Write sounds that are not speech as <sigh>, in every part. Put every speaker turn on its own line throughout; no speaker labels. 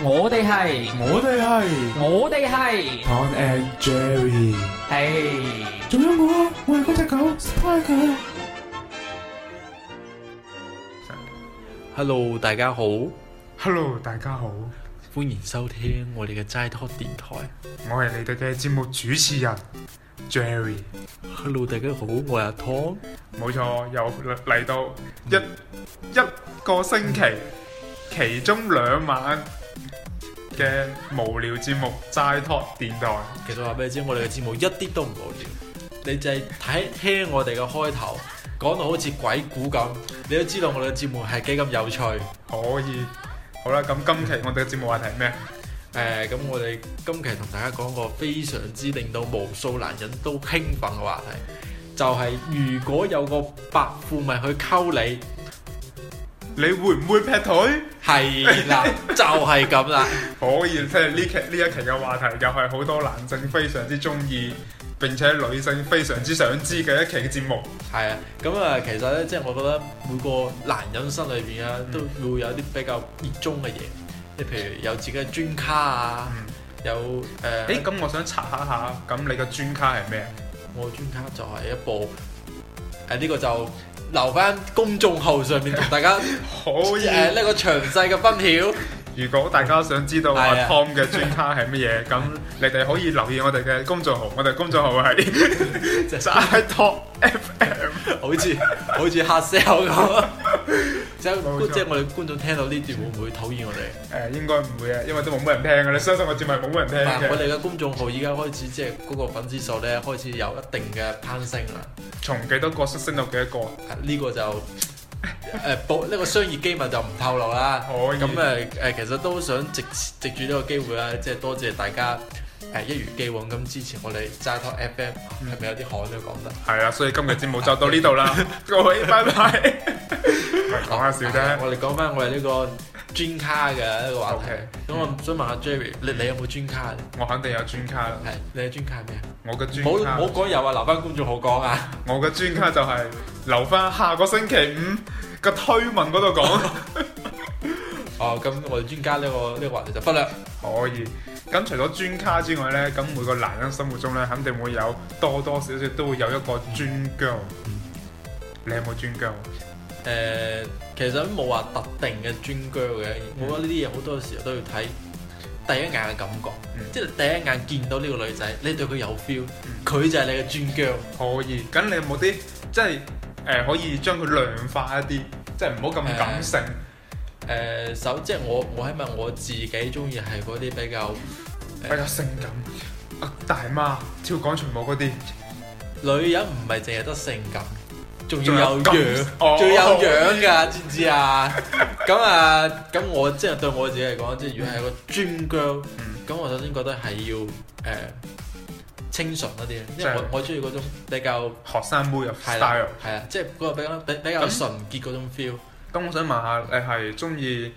我哋係，
我哋係
我哋係，
Tom and Jerry，
係。
仲有我啊，我係嗰只狗 Spike 啊
Hello，大家好，
Hello，大家好，
歡迎收聽我哋嘅齋拖電台。
我係你哋嘅節目主持人 Jerry，
Hello，大家好，我係阿 Tom。
冇錯，又嚟到一一個星期，其中兩晚嘅無聊節目齋 talk 電台，
其實話俾你知，我哋嘅節目一啲都唔無聊，你就係睇聽我哋嘅開頭，講到好似鬼故咁，你都知道我哋嘅節目係幾咁有趣。誒、
可以。好啦，咁今期我哋嘅節目話題係咩？
咁我哋今期同大家講個非常之令到無數男人都興奮嘅話題，就係、如果有個白富美去溝你，
你會唔會劈腿？
係啦，就係咁啦。
可以，即係呢期呢一期嘅話題又係好多男性非常之中意，並且女性非常之想知嘅一期節目。
係啊，咁啊，其實咧，即係我覺得每個男人心裏邊
嗯
啊，都會有啲比較熱衷嘅嘢，即係譬如有自己嘅專卡啊，
嗯，
有呃誒，
誒咁我想查下下，咁你嘅專卡係咩？啊
我專卡就係一部誒呢個就留翻公眾號上面同
<laughs>
大家
可
誒
以，
呢個詳細嘅分曉。
如果大家想知道阿
係啊
Tom 嘅專卡係乜嘢，咁你哋可以留意我哋嘅公眾號，我哋公眾號係 <laughs> 齋 Talk FM。
好似好似黑 sell 咁。
<laughs>
即係
冇錯
即係我哋觀眾聽到呢段會唔會討厭我哋？
誒應該唔會嘅，啊因為都冇乜人聽嘅，你相信我節目係啊冇乜
唔係
人
我
聽嘅。
哋嘅公眾號依家開始即係嗰個粉絲數咧開始有一定嘅攀升啦。
從幾多個升到幾多個？
呢
<laughs>
個就誒保呢個商業機密就唔透露啦。
可以
咁誒誒，其實都想藉藉住呢個機會啦，即係多謝大家誒、一如既往咁支持我哋齋托
嗯
FM，係咪有啲罕都講得？
係啦，所以今日節目就到呢度 <laughs> 啦，各位拜 <laughs> 拜。咪講下笑啫，
啊我哋講翻我哋呢個專卡嘅呢個話題
OK。
咁我想問下 Jerry，你你有冇專卡？啊
我肯定有專卡啦。
係你嘅專卡係咩啊？
我嘅
唔好
專
唔
卡
好，講有啊，留翻觀眾好講啊。
我嘅專卡就係留翻下個星期五個推文嗰度講。 <laughs>
哦，咁我哋專家呢個呢個話題就忽略。
可以。咁除咗專卡之外呢，咁每個男人心目中呢，肯定會有多多少少都會有一個專 girl。你有冇專 girl？
誒、其實冇話特定嘅專 girl 嘅，我覺得呢啲嘢好多時候都要睇第一眼嘅感覺，
嗯
即係第一眼見到呢個女仔，你對佢有 feel，
嗯
佢、就係你嘅專 girl。
可以。咁你有冇啲即係誒、可以將佢量化一啲，即係唔好咁感性。
誒、首即係我我希望我自己中意係嗰啲比較
比較哎性感。啊大媽跳廣場舞嗰啲，
女人唔係淨係得性感，仲
仲
要
有
有
感
樣，
哦
仲要有樣㗎，知唔知啊？咁啊，咁我即係對我自己嚟講，即係如果係一個專 girl，
嗯
咁我首先覺得係要誒、清純一啲，因為
即係
我我中意嗰種比較
學生妹嘅
係啦
style。，
係啦，啊即係嗰個比較比比較
咁
純潔嗰種 feel，
咁我想問下，你係中意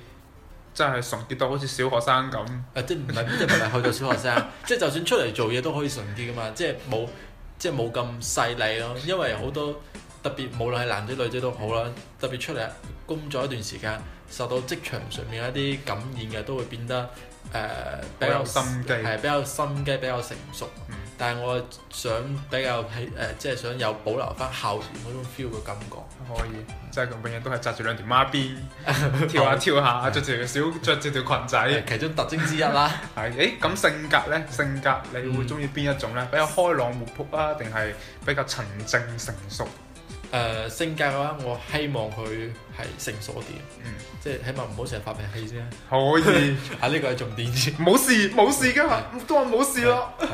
即係純潔到好似小學生咁？
誒啊即係唔係即係唔係去到小學生， <laughs> 即係就算出嚟做嘢都可以純潔噶嘛，即係冇即係冇咁細膩咯，因為好多特別無論係男仔女仔都好啦，特別出嚟工作一段時間，受到職場上面一啲感染嘅都會變得誒、呃比
好
較
有心機
係比較心機比較成熟，
嗯
但係我想比較係誒、即係想有保留翻校園嗰種 feel 嘅感覺。
可以，即係佢永遠都係紮住兩條孖 <laughs> 辮， <laughs> 跳下跳下，着住條小着住條裙仔。
係其中特徵之一啦。 <laughs>
係，誒咁性格咧，性格你會中意邊一種咧？比較開朗活潑啊，定係比較沉靜成熟？
誒、呃性格嘅話，我希望佢係成熟一啲，
嗯，
即係起碼唔好成日發脾氣先啊。
可以，
啊，呢個係重點先。
<laughs> 冇事冇事㗎嘛，都話冇事咯。
啊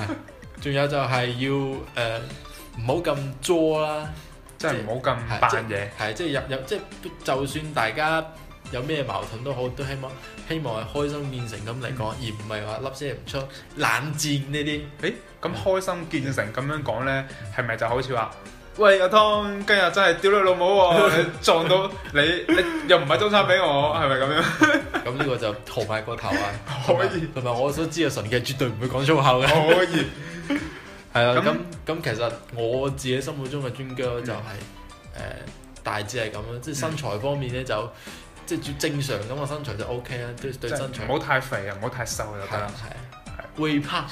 仲有就係要誒唔好咁作啦，
即係唔好咁扮嘢。
係即係入入即係就算大家有咩矛盾都好，都希望希望係開心見誠咁嚟講，而唔係話粒聲唔出冷戰呢啲。
誒，咁開心見誠咁樣講咧，係咪就好似話？喂，阿湯，今日真係屌你老母
<laughs>
喎！你撞到你，你又唔買中餐俾我，係咪
<laughs>
咁樣？
咁呢個就豪邁過頭啊！
<laughs> 可以
同埋我所知嘅純嘅絕對唔會講粗口嘅。
可以，
係啊，
咁
咁咁其實我自己心
嗯
目中嘅專家就係、誒、大致係咁啦，即係身材方面咧就誒、即係正常咁啊嘅身材就 O K 啦，對對
即係
身材
唔好太肥啊，唔好太瘦就得
係啦
啦。
係啊，微拍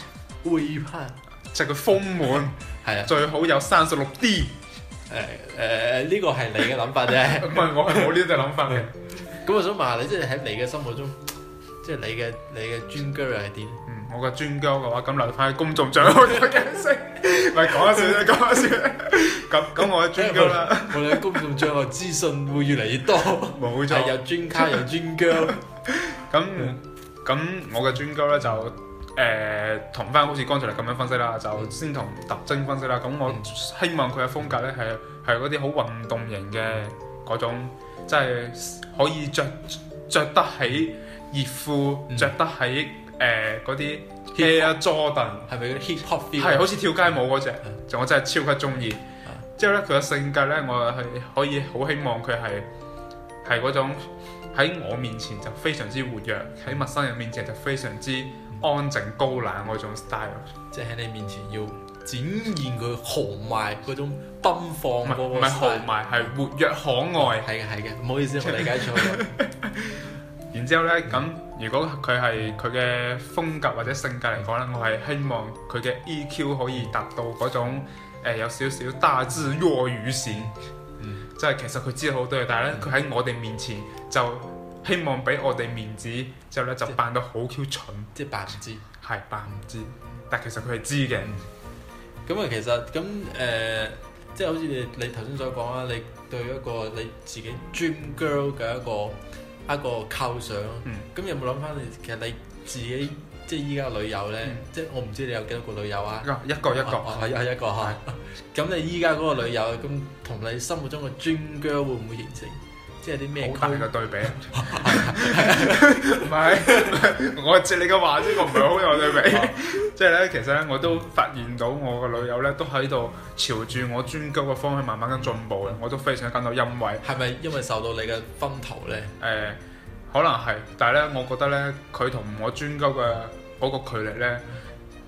微拍
就佢豐滿，
係啊
最好有三十六 D。
誒誒呢個係你嘅諗
<laughs>
法啫。
唔係我係冇呢啲諗法嘅。
咁我想問下你，即係喺你嘅心目中，即係你嘅你嘅 dream girl 係點？
嗯，我個專家嘅話，咁留翻喺公眾
<laughs>
帳號度解釋。唔係講下笑啫，講下笑。咁咁我嘅專家啦，
我哋嘅公眾帳號資訊會越嚟越多，
冇
係有
錯。
專家有專 girl，
咁咁我嘅專家咧就誒同翻好似剛才你咁樣分析啦，就先同特徵分析啦。咁我希望佢嘅風格咧係係嗰啲好運動型嘅嗰種，即係可以着着得起熱褲，
嗯
着得起誒嗰啲 Air Jordan。
係咪嗰啲 hip hop feel？啊
係好似跳街舞嗰只
嗯，
就我真係超級中意
嗯。
之後咧，佢嘅性格咧，我係可以好希望佢係係嗰種喺我面前就非常之活躍，喺陌生人面前就非常之安靜高冷嗰種 style。
即係喺你面前要展現佢豪邁嗰種奔放
唔係
嗰個
唔係豪
style
邁，係活躍可愛。
係嘅係嘅，唔好意思，我理解錯
<laughs>
咗。
然之後咧，咁如果佢係佢嘅風格或者性格嚟講咧，我係希望佢嘅 EQ 可以達到嗰種、呃、有少少大智若愚線，
嗯
即係其實佢知道好多嘢，但係咧佢喺我哋面前就希望俾我哋面子，之後咧就扮到好 Q 蠢，
即係扮唔知。
係扮唔知，但其實佢係知嘅。
咁啊，其實咁誒、呃即係好似你你頭先所講啦，你對一個你自己 dream girl 嘅一個一個構想，咁、
嗯
有冇諗翻你其實你自己即係依家女友咧，
嗯
即係我唔知你有幾多個女友啊？
啊一個一個
我我有一個嚇。 <laughs> 咁你依家嗰個女友咁同你心目中嘅 dream girl 會唔會形成即係啲咩
好大
區
嘅對
<laughs>
比，唔係，我接你嘅話啫，我唔係好有對比。
啊
即係咧，其實咧，我都發現到我個女友咧，都喺度朝住我專高嘅方向慢慢咁進步嘅，我都非常感到欣慰。誒、
係咪因為受到你嘅熏陶咧？
可能係，但係咧，我覺得咧，佢同我專高嘅嗰個距離咧，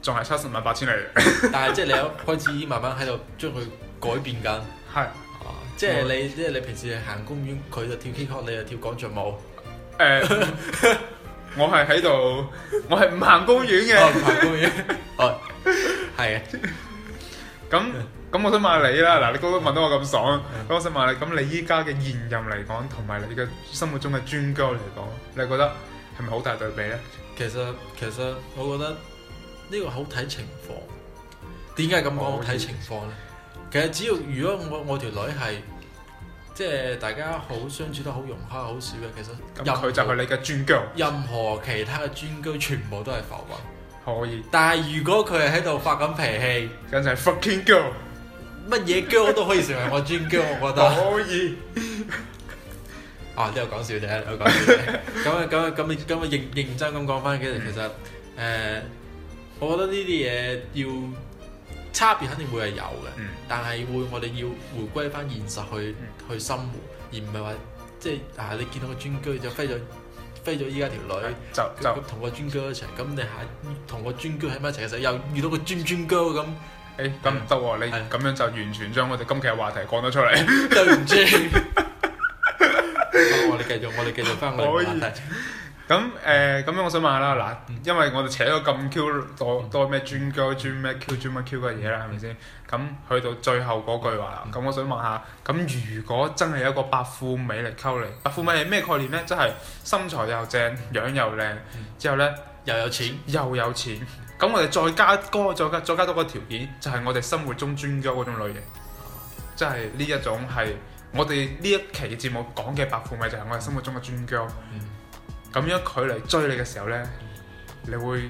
仲係七十萬八千里嘅。
但係即係你有開始慢慢喺度將佢改變緊。
係
哦，即係你即係你平時行公園，佢就跳 K o 你就跳廣場舞。
誒、 <laughs> 我係喺度，我係唔行公園嘅。
哦，唔行
<laughs>
公園。哦，係嘅。
咁咁，我想問下你啦，嗱，你剛剛問到我咁爽，咁我想問下你，咁你依家嘅現任嚟講，同埋你嘅心目中嘅專家嚟講，你覺得係咪好大對比咧？
其實其實我覺得呢個好睇情況。點解咁講好睇情況
Oh,
咧？其實只要如果我我條女係即係大家好相處得好融洽、好少嘅，其實
咁
任
佢就係
何
你嘅專家，
任何其他嘅專居全部都係浮雲。
可以，
但係如果佢係喺度發緊脾氣，
簡直係 fucking girl，
乜嘢 girl 都可以成為我專居，我覺得。
<laughs> 可
<laughs>
以，
啊，呢個講笑啫，呢個講笑啫。
<laughs>
咁啊，咁啊，咁啊，咁啊，認認真咁講翻，其實其實誒、我覺得呢啲嘢要差別肯定會係有嘅，
嗯
但係會我哋要回歸翻現實去、
嗯
去生活，而唔係話即係啊，你見到個專居就飛咗飛咗依家條女，
就
咁
就
咁同個專居一齊，咁你下同個專居喺埋一齊嘅時候，又遇到個專專居咁，
誒咁唔得喎，你
係
咁樣就完全將我哋今期嘅話題講咗出嚟，
對
<laughs>
唔住。好我哋繼續，我哋繼續翻我哋嘅話題。
咁誒咁樣我想問下啦，嗱，因為我哋扯咗咁 Q 多多咩專家專咩 Q 專乜 Q 嘅嘢啦，係咪先？咁去到最後嗰句話啦，咁我想問下，咁如果真係有一個白富美嚟溝你，白富美係咩概念呢？即係身材又正，樣又靚，之後呢。
又有錢。
又有錢，咁我哋再加多再加再加多個條件，就係、我哋生活中專家嗰種類型，即係呢一種係我哋呢一期節目講嘅白富美，就係我哋生活中嘅專家。
嗯
咁樣佢嚟追你嘅時候呢，你會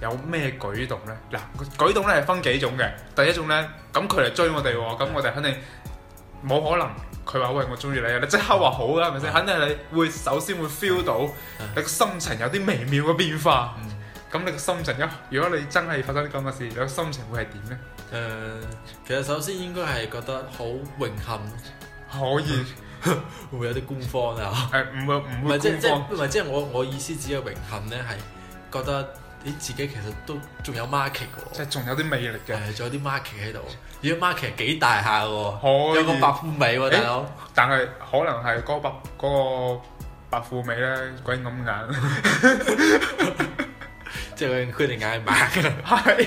有咩舉動呢？嗱，個舉動呢係分幾種嘅。第一種呢，咁佢嚟追我哋喎，咁我哋肯定冇可能。佢話喂，我中意你啊！你即刻話好啦，係咪先？
嗯
肯定係你會首先會 feel 到你個心情有啲微妙嘅變化。
嗯
咁你個心情一，如果你真係發生啲咁嘅事，你個心情會係點呢？
誒、其實首先應該係覺得好榮幸，
可以，
會唔會有啲官方啊？
誒唔會唔
唔
會
係即
官
係即
方，
係唔係即係我我意思指嘅榮幸咧，係覺得你自己其實都仲有 market 嘅
即
喎，
係仲有啲魅力嘅。
誒仲有啲 market 喺度，而家 market 幾大下嘅喎，
可
有個白
以，
富美喎，
誒
大佬，
但係可能係嗰個白嗰個白富美咧鬼咁 <laughs> 眼，
即係佢哋眼盲嘅。
係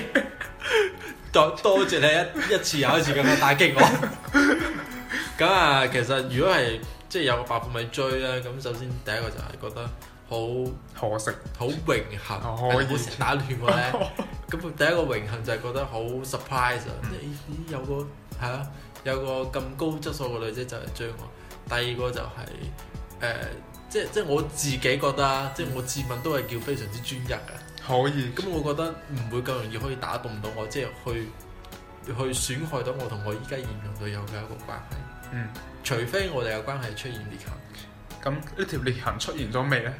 多多謝你一一 <laughs> 次又一次咁樣打擊我。 <laughs> 咁啊，其實如果係即係有個白富美追咧，咁首先第一個就係覺得好。
可惜，
好榮幸，係
哦
好
可以
成日打亂
<laughs>
我咧。咁佢第一個榮幸就係覺得好 surprise 啊！即係
嗯
咦有個係啊，有個咁高質素嘅女仔就嚟追我。第二個就係、誒、即係即係我自己覺得啊，
嗯
即係我自問都係叫非常之專一嘅。
可以
咁我覺得唔會咁容易可以打動到我，即係去去損害到我同我依家現任女友嘅一個關係。
嗯，
除非我哋嘅關係出現裂痕，
咁呢條裂痕出現咗未咧？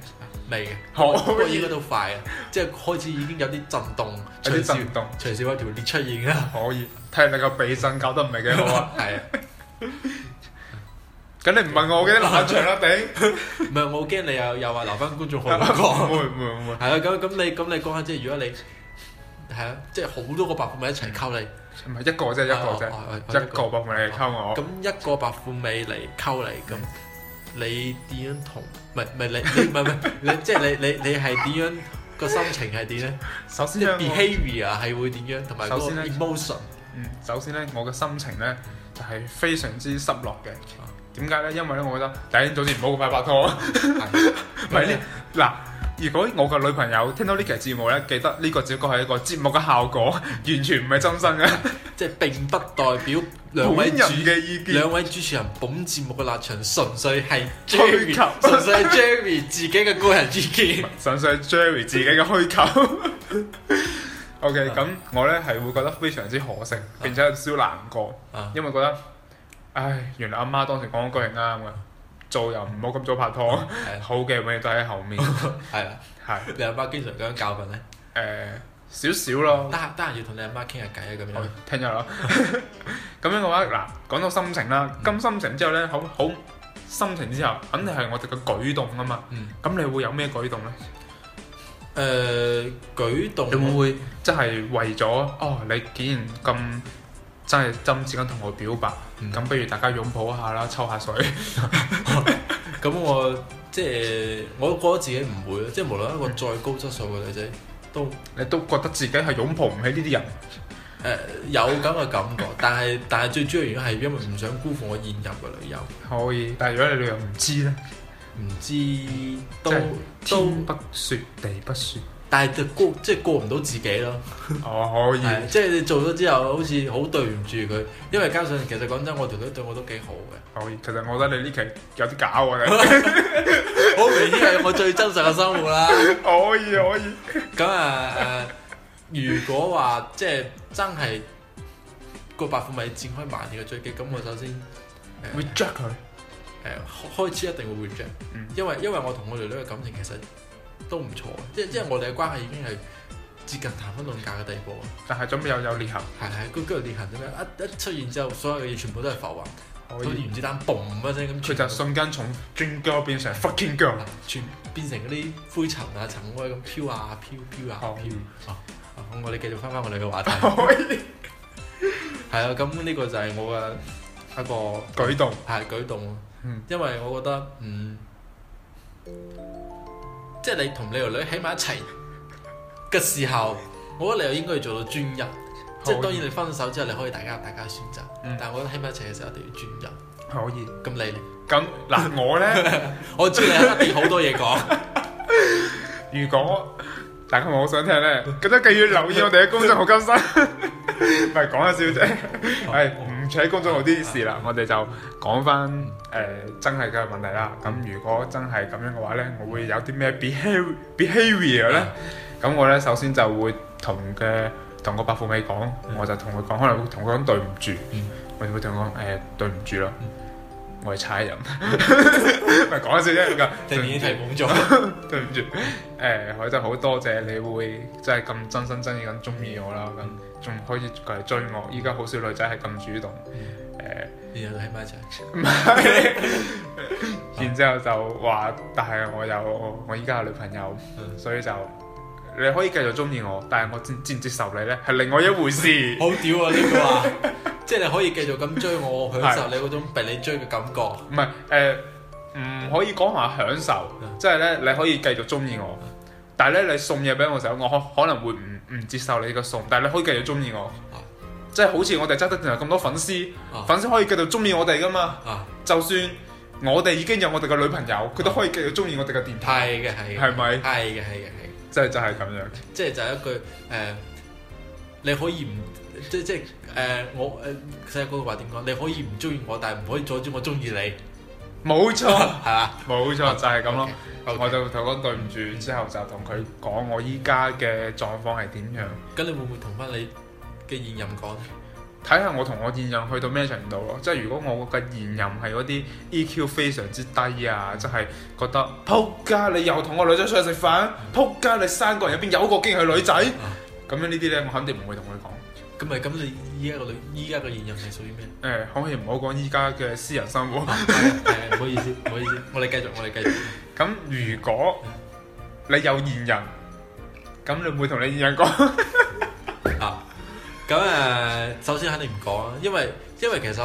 未嘅，
<laughs> 好
不過應該都快啊，即係開始已經有啲震動，
有
隨
啲
時
震動，
隨時有條裂出現啦。
可以睇嚟你個鼻震搞得唔係幾好啊！
<laughs> 係啊，
咁你唔問我，我記得冷場啦，頂
唔係我驚
<laughs>
你又又話留翻觀眾
唔
好好講。
會唔會唔會，
係啊，咁咁你咁你講下，即係如果你係啊，即係好多個白富美一齊溝你，
唔係一個啫，一個啫，
哦哦哦
一個白富美嚟溝我，
咁一個白富美嚟溝你，
嗯
咁你點樣同？唔係唔係你你唔係
<laughs>
唔係你，即係你你你係點樣個心情係
<laughs>
點咧？
首先
即係
呢我
behaviour 係會點樣，同埋嗰
首先
個
咧
emotion
嗯，首先咧，我嘅心情咧就係、非常之失落嘅
啊。
點解咧？因為咧，我覺得第一早前唔好咁快拍拖。
<laughs> 係
唔係呢嗱，如果我嘅女朋友聽到呢期節目咧，記得呢個只不過係一個節目嘅效
<laughs>
果，完全唔係真心嘅。
即係並不代表兩位
本人
主
嘅意見
兩位主持人本節目嘅立場純粹係
追
Jerry，
求
<laughs> 純粹係 Jerry 自己嘅個人意見。
純粹係 Jerry 自己嘅虛構。OK，咁
啊
我咧係會覺得非常之可惜，並且有少少難過，
啊，
因為覺得，唉，原來阿媽當時講嗰句係啱嘅，做人唔好咁早拍拖，
係啊
好嘅永遠都喺後 <laughs> 面，
係啊，
係。
你阿媽經常咁樣教訓咧，
誒少少咯
得，閒得閒要同你阿媽傾下偈啊咁
我
樣。
聽咗啦。 <laughs> 咁樣嘅話，嗱，講到心情啦，咁心情之後咧，好好心情之後，肯定係我哋嘅舉動啊嘛。
嗯，
咁你會有咩舉動咧？
誒舉動
你會唔會即係為咗哦？你竟然咁真係針尖咁同我表白，
嗯
咁不如大家擁抱一下啦，抽下水。 <laughs>
咁我即係我覺得自己唔會咯，啊即係無論一個
嗯
再高質素嘅女仔都
你都覺得自己係擁抱唔起呢啲人， <laughs>
誒呃有咁嘅感覺，但係但係最主要原因係因為唔想辜負我現任嘅女友，
可以。但係如果你女友唔知咧，
唔知都
即係
都
天，不說地不 <laughs> 說，
但係就過即係過唔到自己咯。
哦可以，
係，即係你做咗之後，好似好對唔住佢，因為加上其實講真，我條女對我都幾好
<laughs>
嘅，
可以。其實我覺得你呢期有啲假 <laughs> 喎，你
好明顯係我最真實嘅生活啦。
可以可以。
咁啊誒，如果話即係真係個白富美展開猛烈嘅追擊，咁我首先誒呃
reject 佢，
誒開開始一定會 reject，
嗯
因為因為我同我條女嘅感情其實都唔錯嘅，
嗯
即係即係我哋嘅關係已經係接近談婚論嫁嘅地步啊。
但係準備有有裂痕，
係係，跟跟住裂痕咁樣一一出現之後，所有嘅嘢全部都係浮雲，好
可
似
以
原子彈嘣一聲咁全部。
佢就瞬間從 dream girl 變成 fucking girl，
全變成嗰啲灰塵啊、塵埃咁飄啊、飄飄啊、
可
飄
以。
啊我哋繼續翻翻我哋嘅話題。
可以
係啊，咁呢個就係我嘅一個
<laughs> 舉動，
係舉動咯
嗯。
因為我覺得嗯，即係你同你條女喺埋一齊嘅時候，我覺得你又應該要做到專一。即係當然你分手之後，你可以大家有大家嘅選擇。
嗯
但係我覺得喺埋一齊嘅時候一定要專
可
一。
以。
咁你呢
咁 <laughs> 嗱，我咧，
我知你一定好多
<laughs>
嘢講。
如果大家好想聽咧，記得繼續留意我哋嘅公眾號更新。 <laughs> 唔係講下笑啫，係唔扯公眾號啲事啦，我哋就講翻誒真係嘅問題啦。咁如果真係咁樣嘅話咧，我會有啲咩 behavior behavior 咧？咁我咧首先就會同嘅同個白富美講，我就同佢講，可能會同佢講對唔住，
嗯
我會同佢講誒對唔住啦
嗯，
我係差
<laughs>
人， <laughs> 唔係講笑啫，咁
突然
對唔
間
住
提懵咗。
對唔住，誒我真係好多謝你會真係咁真心真意咁中意我啦，咁仲可以過嚟追我，依家好少女仔係咁主動，誒
然哎後喺埋一齊，嗯
然之後就話，但係我有我依家有女朋友，
嗯
所以就。你可以繼續中意我，但係我接接唔接受你呢，係另外一回事。
好屌啊呢個啊！即係你可以繼續咁追我，我享受你嗰種被你追嘅感覺。
唔係誒，唔可以講話享受，
嗯
即係咧你可以繼續中意我，但係咧你送嘢俾我嘅時候，我可可能會唔唔接受你嘅送，但係你可以繼續中意我
啊，
即係好似我哋揸得電台咁多粉絲
啊，
粉絲可以繼續中意我哋噶嘛，
啊，
就算我哋已經有我哋嘅女朋友，佢都可以繼續中意我哋嘅電台，
係嘅係嘅，
係咪
係嘅係嘅係嘅。
即係就係咁樣，
即係就係一句誒、呃你可以唔即即誒、呃我誒細個話點講？你可以唔中意我，但係唔可以阻止我中意你，
冇錯
係嘛？
冇錯就係咁咯。
啊 OK，OK
我就同佢講對唔住，之後就同佢講我依家嘅狀況係點樣。
咁你會唔會同翻你嘅現任講？
睇下我同我現任去到咩程度咯，即係如果我嘅現任係嗰啲 EQ 非常之低啊，即係覺得撲街你又同個女仔出去食飯，撲街你三個人入邊有一個竟然係女仔，咁樣呢啲呢，我肯定唔會同佢講。
咁咪咁你依家個女依家個現任係屬於咩？
誒、可唔可以唔好講依家嘅私人生活？
啊係啊唔好意思，唔好意思，我哋繼續，我哋繼續。
咁如果你有現任，咁你會同你現任講？
啊，咁誒、呃首先肯定唔講啦，因為因為其實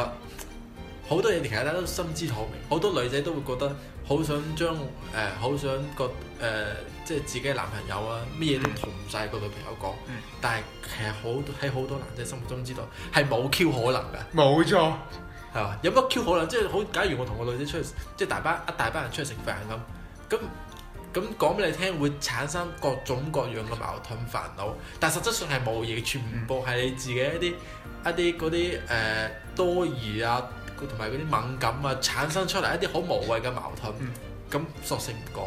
好多嘢其實大家都心知肚明，好多女仔都會覺得好想將誒好、想覺誒、呃即係自己嘅男朋友啊，乜嘢都同晒個女朋友講，
嗯
但係其實好多喺好多男仔心目中知道係冇 Q 可能㗎。
<laughs> 冇錯，
係嘛？有乜 Q 可能？即係好，假如我同個女仔出去，即係大班一大班人出去食飯咁，咁咁講俾你聽，會產生各種各樣嘅矛盾煩惱，但實質上係冇嘢，全部係你自己一啲一啲嗰啲誒多疑啊，同埋嗰啲敏感啊，產生出嚟一啲好無謂嘅矛盾
嗯。
咁、索性唔講，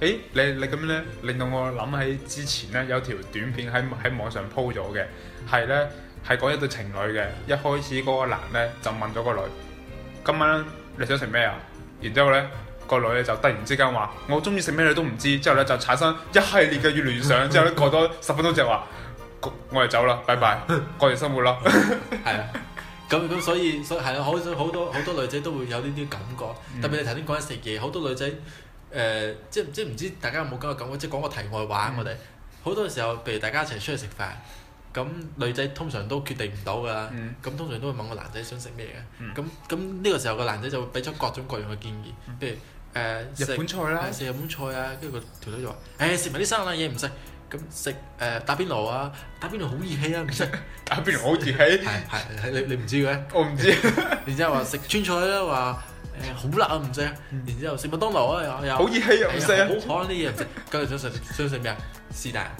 誒、你你咁樣咧，令到我諗起之前咧有條短片喺喺網上 po 咗嘅，係咧係講一對情侶嘅，一開始嗰個男咧就問咗個女：今晚你想食咩啊？然之後咧個女咧就突然之間話：我中意食咩你都唔知。之後咧就產生一系列嘅聯想。
<laughs>
之後咧過多十分鐘就話：我我哋走
嗯
啦，拜拜，過完生活啦。
係啊。咁咁所以所以係啊，好好多好多女仔都會有呢啲感覺。
嗯
特別你頭先講緊食嘢，好多女仔誒、呃即即唔知大家有冇咁嘅感覺？即講個題外
嗯
話，啊我哋好多時候，譬如大家一齊出去食飯，咁女仔通常都決定唔到㗎啦。
嗯
咁通常都會問個男仔想食咩
嗯
嘅。咁咁呢個時候個男仔就會俾出各種各樣嘅建議，譬如誒
嗯日
食
本菜啦
誒，食日本菜啊，跟住個條女就話：誒食埋啲生冷嘢唔食。咁食誒打邊爐啊，打邊爐好熱氣啊，
<laughs>
唔食。
打邊爐好熱氣，
係係係，你你唔知嘅咩？
我
<laughs>
唔知，
然之後話食川菜啦，話誒好辣啊唔食啊，然之後食麥當勞啊又又
好熱氣啊，唔食啊。
好可能啲嘢唔食，跟住想食想食咩啊？是但，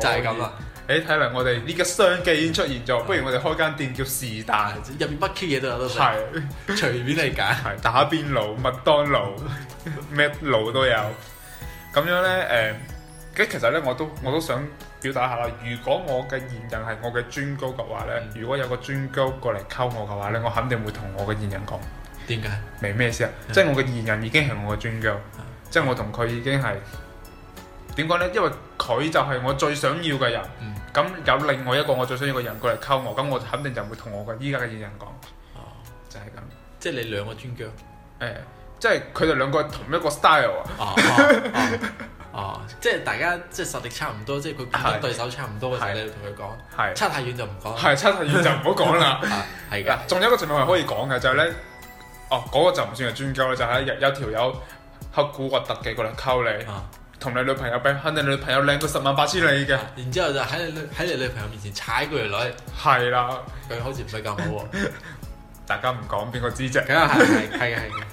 就係咁啦。
誒，睇嚟我哋呢個商機已經出現咗，不如我哋開間店叫是但。
啊入面乜 Q 嘢都有得食，
係
隨便你揀。
係打邊爐、麥當勞，咩爐都有。咁樣呢，誒、咁其實呢，我都我都想表達下啦。如果我嘅現任係我嘅專高嘅話呢，
嗯
如果有個專高過嚟溝我嘅話呢，我肯定會同我嘅現任講，
點解？
明咩意思啊？
嗯
即係我嘅現任已經係我嘅專高，即係我同佢已經係點講呢？因為佢就係我最想要嘅人。
嗯
咁有另外一個我最想要嘅人過嚟溝我，咁我肯定就唔會同我嘅依家嘅現任講，
哦，
就係咁。
即係你兩個專腳。
誒、即係佢哋兩個係同一個 style 啊，
哦哦哦哦，即係大家即係實力差唔多，即係佢競爭對手差唔多嘅時候，
係
你就同佢講。
係
差太遠就唔講。
係差太遠就唔好講啦。
啊， <laughs> 係㗎。
嗱，仲有一個情況係可以講嘅，就係、呢。咧，哦，嗰、個就唔算係專鳩啦，就係、有有條友黑古核突嘅過嚟溝你，
啊，
同你女朋友比，肯定你女朋友靚過十萬八千里嘅，
然之後就喺你女喺你女朋友面前踩佢條女，
係啦，
佢好似唔係咁好喎。
大家唔講邊個知啫。
梗係係係嘅係嘅，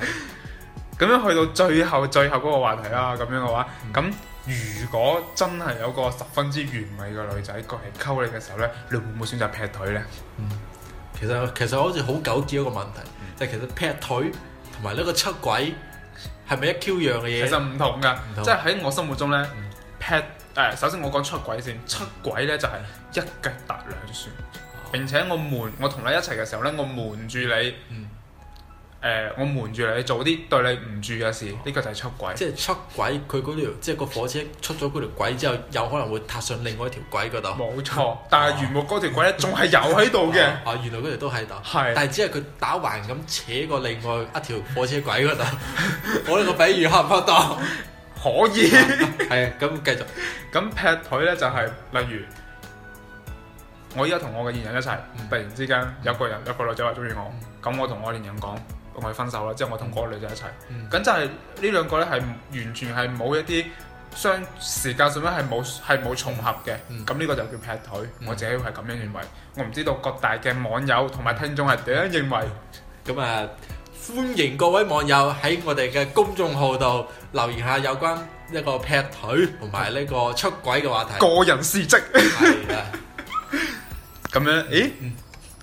咁樣去到最後最後嗰個話題啦，咁樣嘅話，
嗯
咁、如果真係有個十分之完美嘅女仔過嚟溝你嘅時候咧，你會唔會選擇劈腿咧？
其實其實好似好糾結一個問題，
嗯
就係其實劈腿同埋呢個出軌係咪一 Q 樣嘅
其
嘢？
實唔同噶
唔，同
即係喺我心目中咧
嗯
劈誒，首先我講出軌先，出軌咧就係一腳踏兩船，
哦
並且我瞞我同你一齊嘅時候咧，我瞞住你。
嗯
誒、我瞞住你做啲對你唔住嘅事，呢、個就係出軌。
哦即係出軌，佢嗰條即係個火車出咗嗰條軌之後，有可能會踏上另外一條軌嗰度。
冇錯，但係原木嗰條軌咧仲係有喺度嘅，
啊，原來嗰條都喺度，
係
但係只係佢打橫咁扯過另外一條火車
<laughs>
軌嗰度。我呢個比喻恰唔恰當？
可以。 <laughs>
係啊，咁繼續。
咁劈腿咧就係、例如，我依家同我嘅現任一齊，
嗯
突然之間有個人有個女仔話中意我
嗯，
咁、我同我現任講，我哋分手啦，之後我同嗰個女仔一齊。
嗯
咁就係呢兩個咧係完全係冇一啲相時間上面係冇係冇重合嘅，
嗯
咁呢、個就叫劈腿。
嗯
我自己係咁樣認為，我唔知道各大嘅網友同埋聽眾係點樣認為。
咁啊，歡迎各位網友喺我哋嘅公眾號度留言下有關一個劈腿同埋呢個出軌嘅話題。
個人事
<laughs>
蹟
係啊，
咁樣，咦
嗯？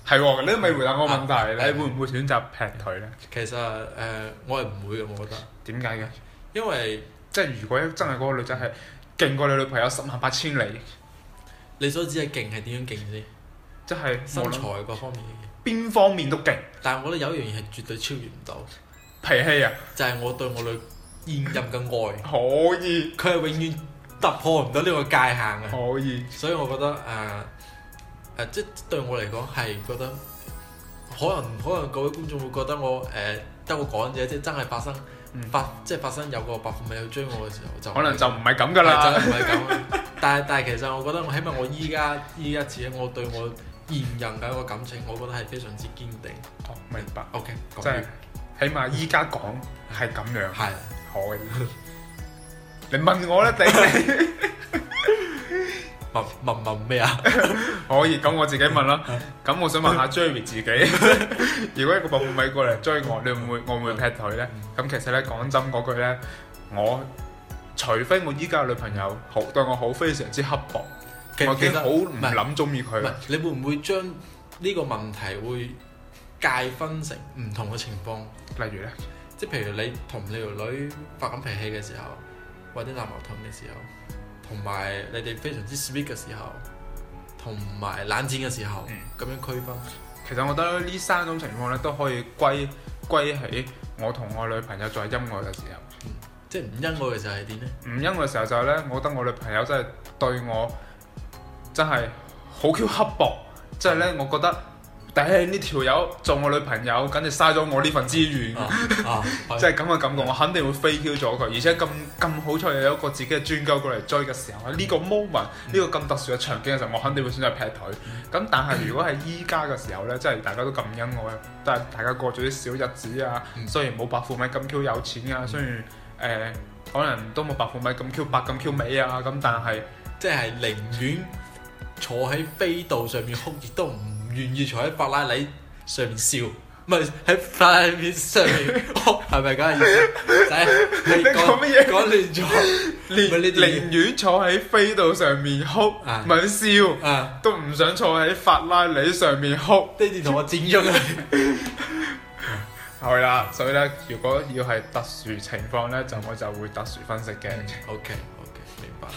係喎，你都未回答我問題，
啊
你會唔會選擇劈腿咧？
其實誒、呃我係唔會嘅，我覺得，
點解嘅？
因為
即係如果真係嗰個女仔係勁過你女朋友十萬八千里，
你所指嘅勁係點樣勁先？
即係無
身
論
材各方面嘅
邊方面都勁，
嘢，但係我覺得有一樣嘢係絕對超越唔到，
脾氣啊
就係、我對我女現任嘅愛，
可以
佢係永遠突破唔到呢個界限嘅。
可以，
所以我覺得誒誒、呃呃即對我嚟講係覺得，可能可能各位觀眾會覺得我誒得、個講啫，即真係發生、
嗯
發即發生有個白富美去追我嘅時候就
可能就唔係咁
係
㗎啦。
就唔係咁。但係但係其實我覺得我起碼我依家依家自己我對我現任嘅一個感情，我覺得係非常之堅定。
哦，明白，
OK，
即
講
係
完
起碼依家講係咁樣，
係啊
可以。你問我啦，你
問問問
<laughs>
咩啊？
可以，咁我自己問啦。咁我想問下 Jerry 自己， <laughs> 如果一個白富美過嚟追我，你會唔會我會唔會劈腿咧？
嗯
咁其實咧講真嗰句咧，我除非我依家嘅女朋友好對我好非常之刻薄，
其
我已經
其實
好唔
係
諗中意
唔
佢
係，。你會唔會將呢個問題會界分成唔同嘅情況？
例如咧，
即係譬如你同你條女發緊脾氣嘅時候，或者鬧矛盾嘅時候，同埋你哋非常之 sweet 嘅時候，同埋冷戰嘅時候，
嗯
咁、樣區分。
其實我覺得呢三種情況咧都可以歸歸喺我同我女朋友在音樂嘅時候。
即係唔因愛嘅時候係點呢？
唔因嘅時候就係咧，我覺得我女朋友真係對我真係好 Q 刻薄，即係咧，我覺得頂呢條友做我女朋友，簡直嘥咗我呢份資源，
啊啊，
即 <laughs>
係
係咁嘅感覺，我肯定會飛 Q 咗佢。而且咁咁好彩有一個自己嘅專鳩過嚟追嘅時候，喺呢個 moment
嗯
呢個咁特殊嘅場景嘅時候，我肯定會選擇劈腿。咁但係如果係依家嘅時候咧，即係大家都咁恩愛，但係大家過咗啲小日子啊，
嗯
雖然冇白富美咁 Q 有錢啊，雖然誒、呃可能都冇白富美咁 Q 白咁 Q 美啊，咁但係
即係寧願坐喺飛度上面哭，亦都唔願意坐喺法拉利上面笑。唔係喺法拉利上面 <laughs> 哭，係咪咁嘅
<laughs>
意思？仔，你
你講乜嘢
講亂咗
連
喂呢啲嘢
寧願坐喺飛度上面哭
啊
咪笑，
啊！
都唔想坐喺法拉利上面哭。
呢段同我剪咗佢。
係啦，所以咧，如果要係特殊情況咧，就我就會特殊分析嘅。
OK OK，明白。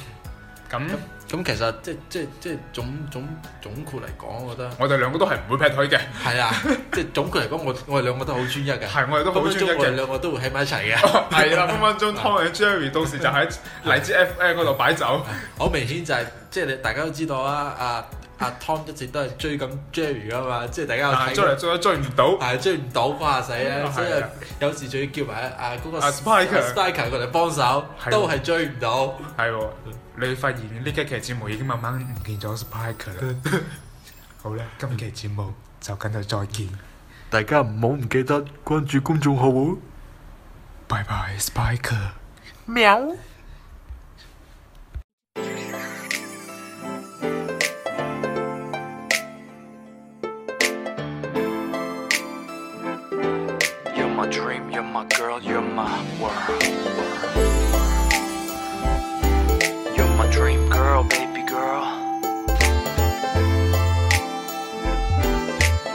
咁
咁其實即即即總總總括嚟講，
<laughs>
我覺得
我哋兩個都係唔會劈腿嘅，
係啊，即總括嚟講，我我哋兩個都好專一嘅，
係我哋都好
分
專
分
一
鐘我哋
嘅。
兩個都會喺
<laughs>
埋一齊嘅。
係啦，分分鐘 Tom and Jerry 到時就喺荔枝 FM 嗰度擺 <laughs> 酒。
好明顯就係、即你大家都知道啊，阿阿 Tom 一直都係追緊 Jerry 噶嘛，即大家有
但
睇
係追嚟
過。
追去追唔到，
係追唔到瓜下仔
啊係
啊！
啊
即係有時仲要叫埋阿阿嗰個
阿 Spiker
Spiker 過嚟幫手，
係
都係追唔到。
係喎。你發現呢一期節目已經慢慢唔見咗 Spike 啦。 <laughs> 好啦，今期節目就跟到再見，
大家唔好唔記得關注公眾號喎。
拜拜 Spike。
喵。
You're my dream, you're my girl, you're my world. You're my dream girl, baby girl.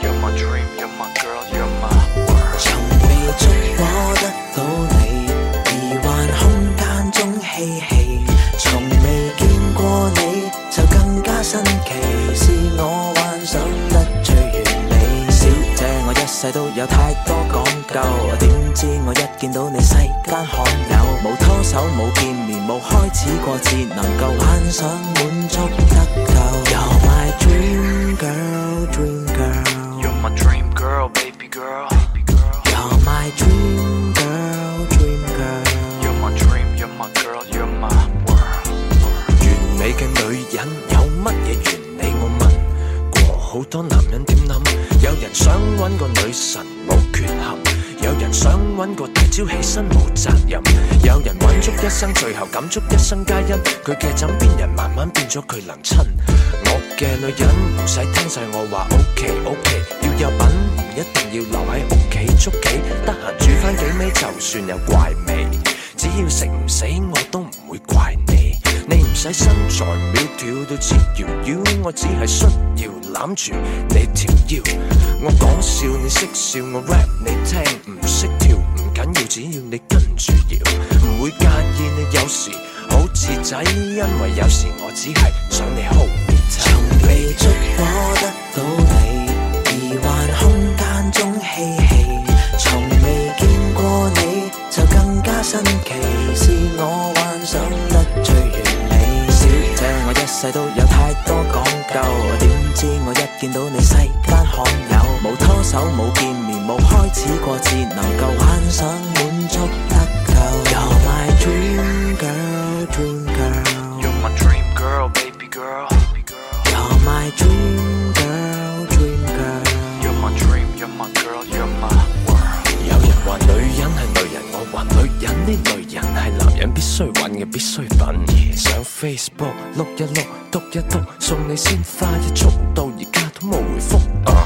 You're my dream, you're my girl, you're my world.
從未觸摸得到你，而幻空間中嬉戲，從未見過你就更加新奇，是我幻想得最完美。小姐，我一世都有太多講究，點知我一見到你世間罕有，冇拖手冇見面冇開始過，只能夠幻想滿足得夠。You're my dream girl, dream girl。
You're my dream girl, baby girl. Baby girl.
You're my dream girl, dream girl。
You're my dream, you're my girl, you're my world.
完美嘅女人有乜嘢原理？我問過好多男人點諗，有人想揾個女神冇缺陷，有
人想揾個大招起身冇責任，有人揾足一生，最後感觸一生皆因佢嘅枕邊人慢慢變咗佢能親。我嘅女人唔使聽晒我話，OK OK，要有品唔一定要留喺屋企捉棋，得閒煮翻幾味就算有怪味，只要食唔死我都唔會怪你。你唔使身材苗條都似搖搖，我只係需要攬住你條腰。我講笑你識笑，我 rap 你聽，唔識跳唔緊要，只要你跟住搖，唔會介意你有時好似仔，因為有時我只係想你 hold
從
me
未觸摸得到你，而幻空間中嬉戲。從未見過你，就更加新奇，是我幻想得最完美。小姐，我一世都有太多講究，點知我一見到你世間罕有，冇拖手，冇見面，冇開始過，只能夠幻想滿足得夠。You're my dream girl, dream girl。
You're my dream girl, baby girl.
You're my dream girl, dream girl.
You're my dream, you're my girl, you're my world.
有人話女人係女人，我話女人呢類人係男人必須揾嘅必需品。上 Facebook 碌一碌，篤一篤，送你鮮花一束，到而家都冇回覆。啊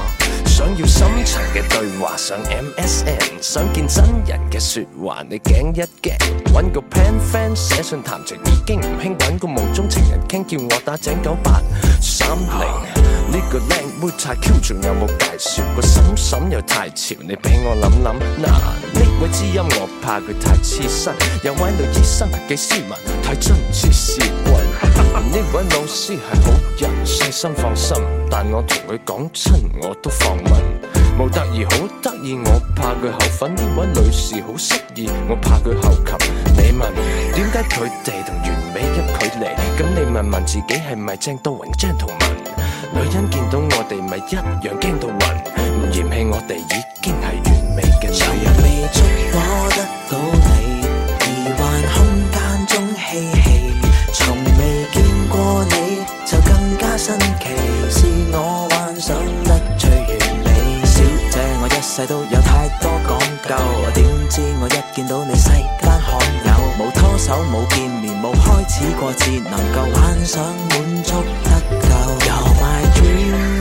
想要深層嘅對話，上 MSN；想見真人嘅説話，你頸一頸。揾個 pen friend 寫信談情已經唔興，揾個夢中情人傾，叫我打井九八三零。呢個靚妹太 Q，仲有冇介紹？個嬸嬸又太潮，你俾我諗諗嗱。呢位知音我怕佢太黐身，有位女醫生幾斯文，太真似是棍。 <laughs> 呢位老師係好人，細心放心，但我同佢講親我都放問。冇得意好得意，我怕佢口粉。呢位女士好適意，我怕佢後琴。你問點解佢哋同完美一距離？咁你問問自己係咪正都雲 gentleman？女人見到我哋咪一樣驚到暈，唔嫌棄我哋已經係完美嘅
從
女人。
未觸摸得到你，而幻空間中嬉戲。從未見過你，就更加新奇，是我幻想得最完美。小姐，我一世都有太多講究，點知我一見到你世間罕有，冇拖手，冇見面，冇開始過，只能夠幻想滿足得夠。You're my dream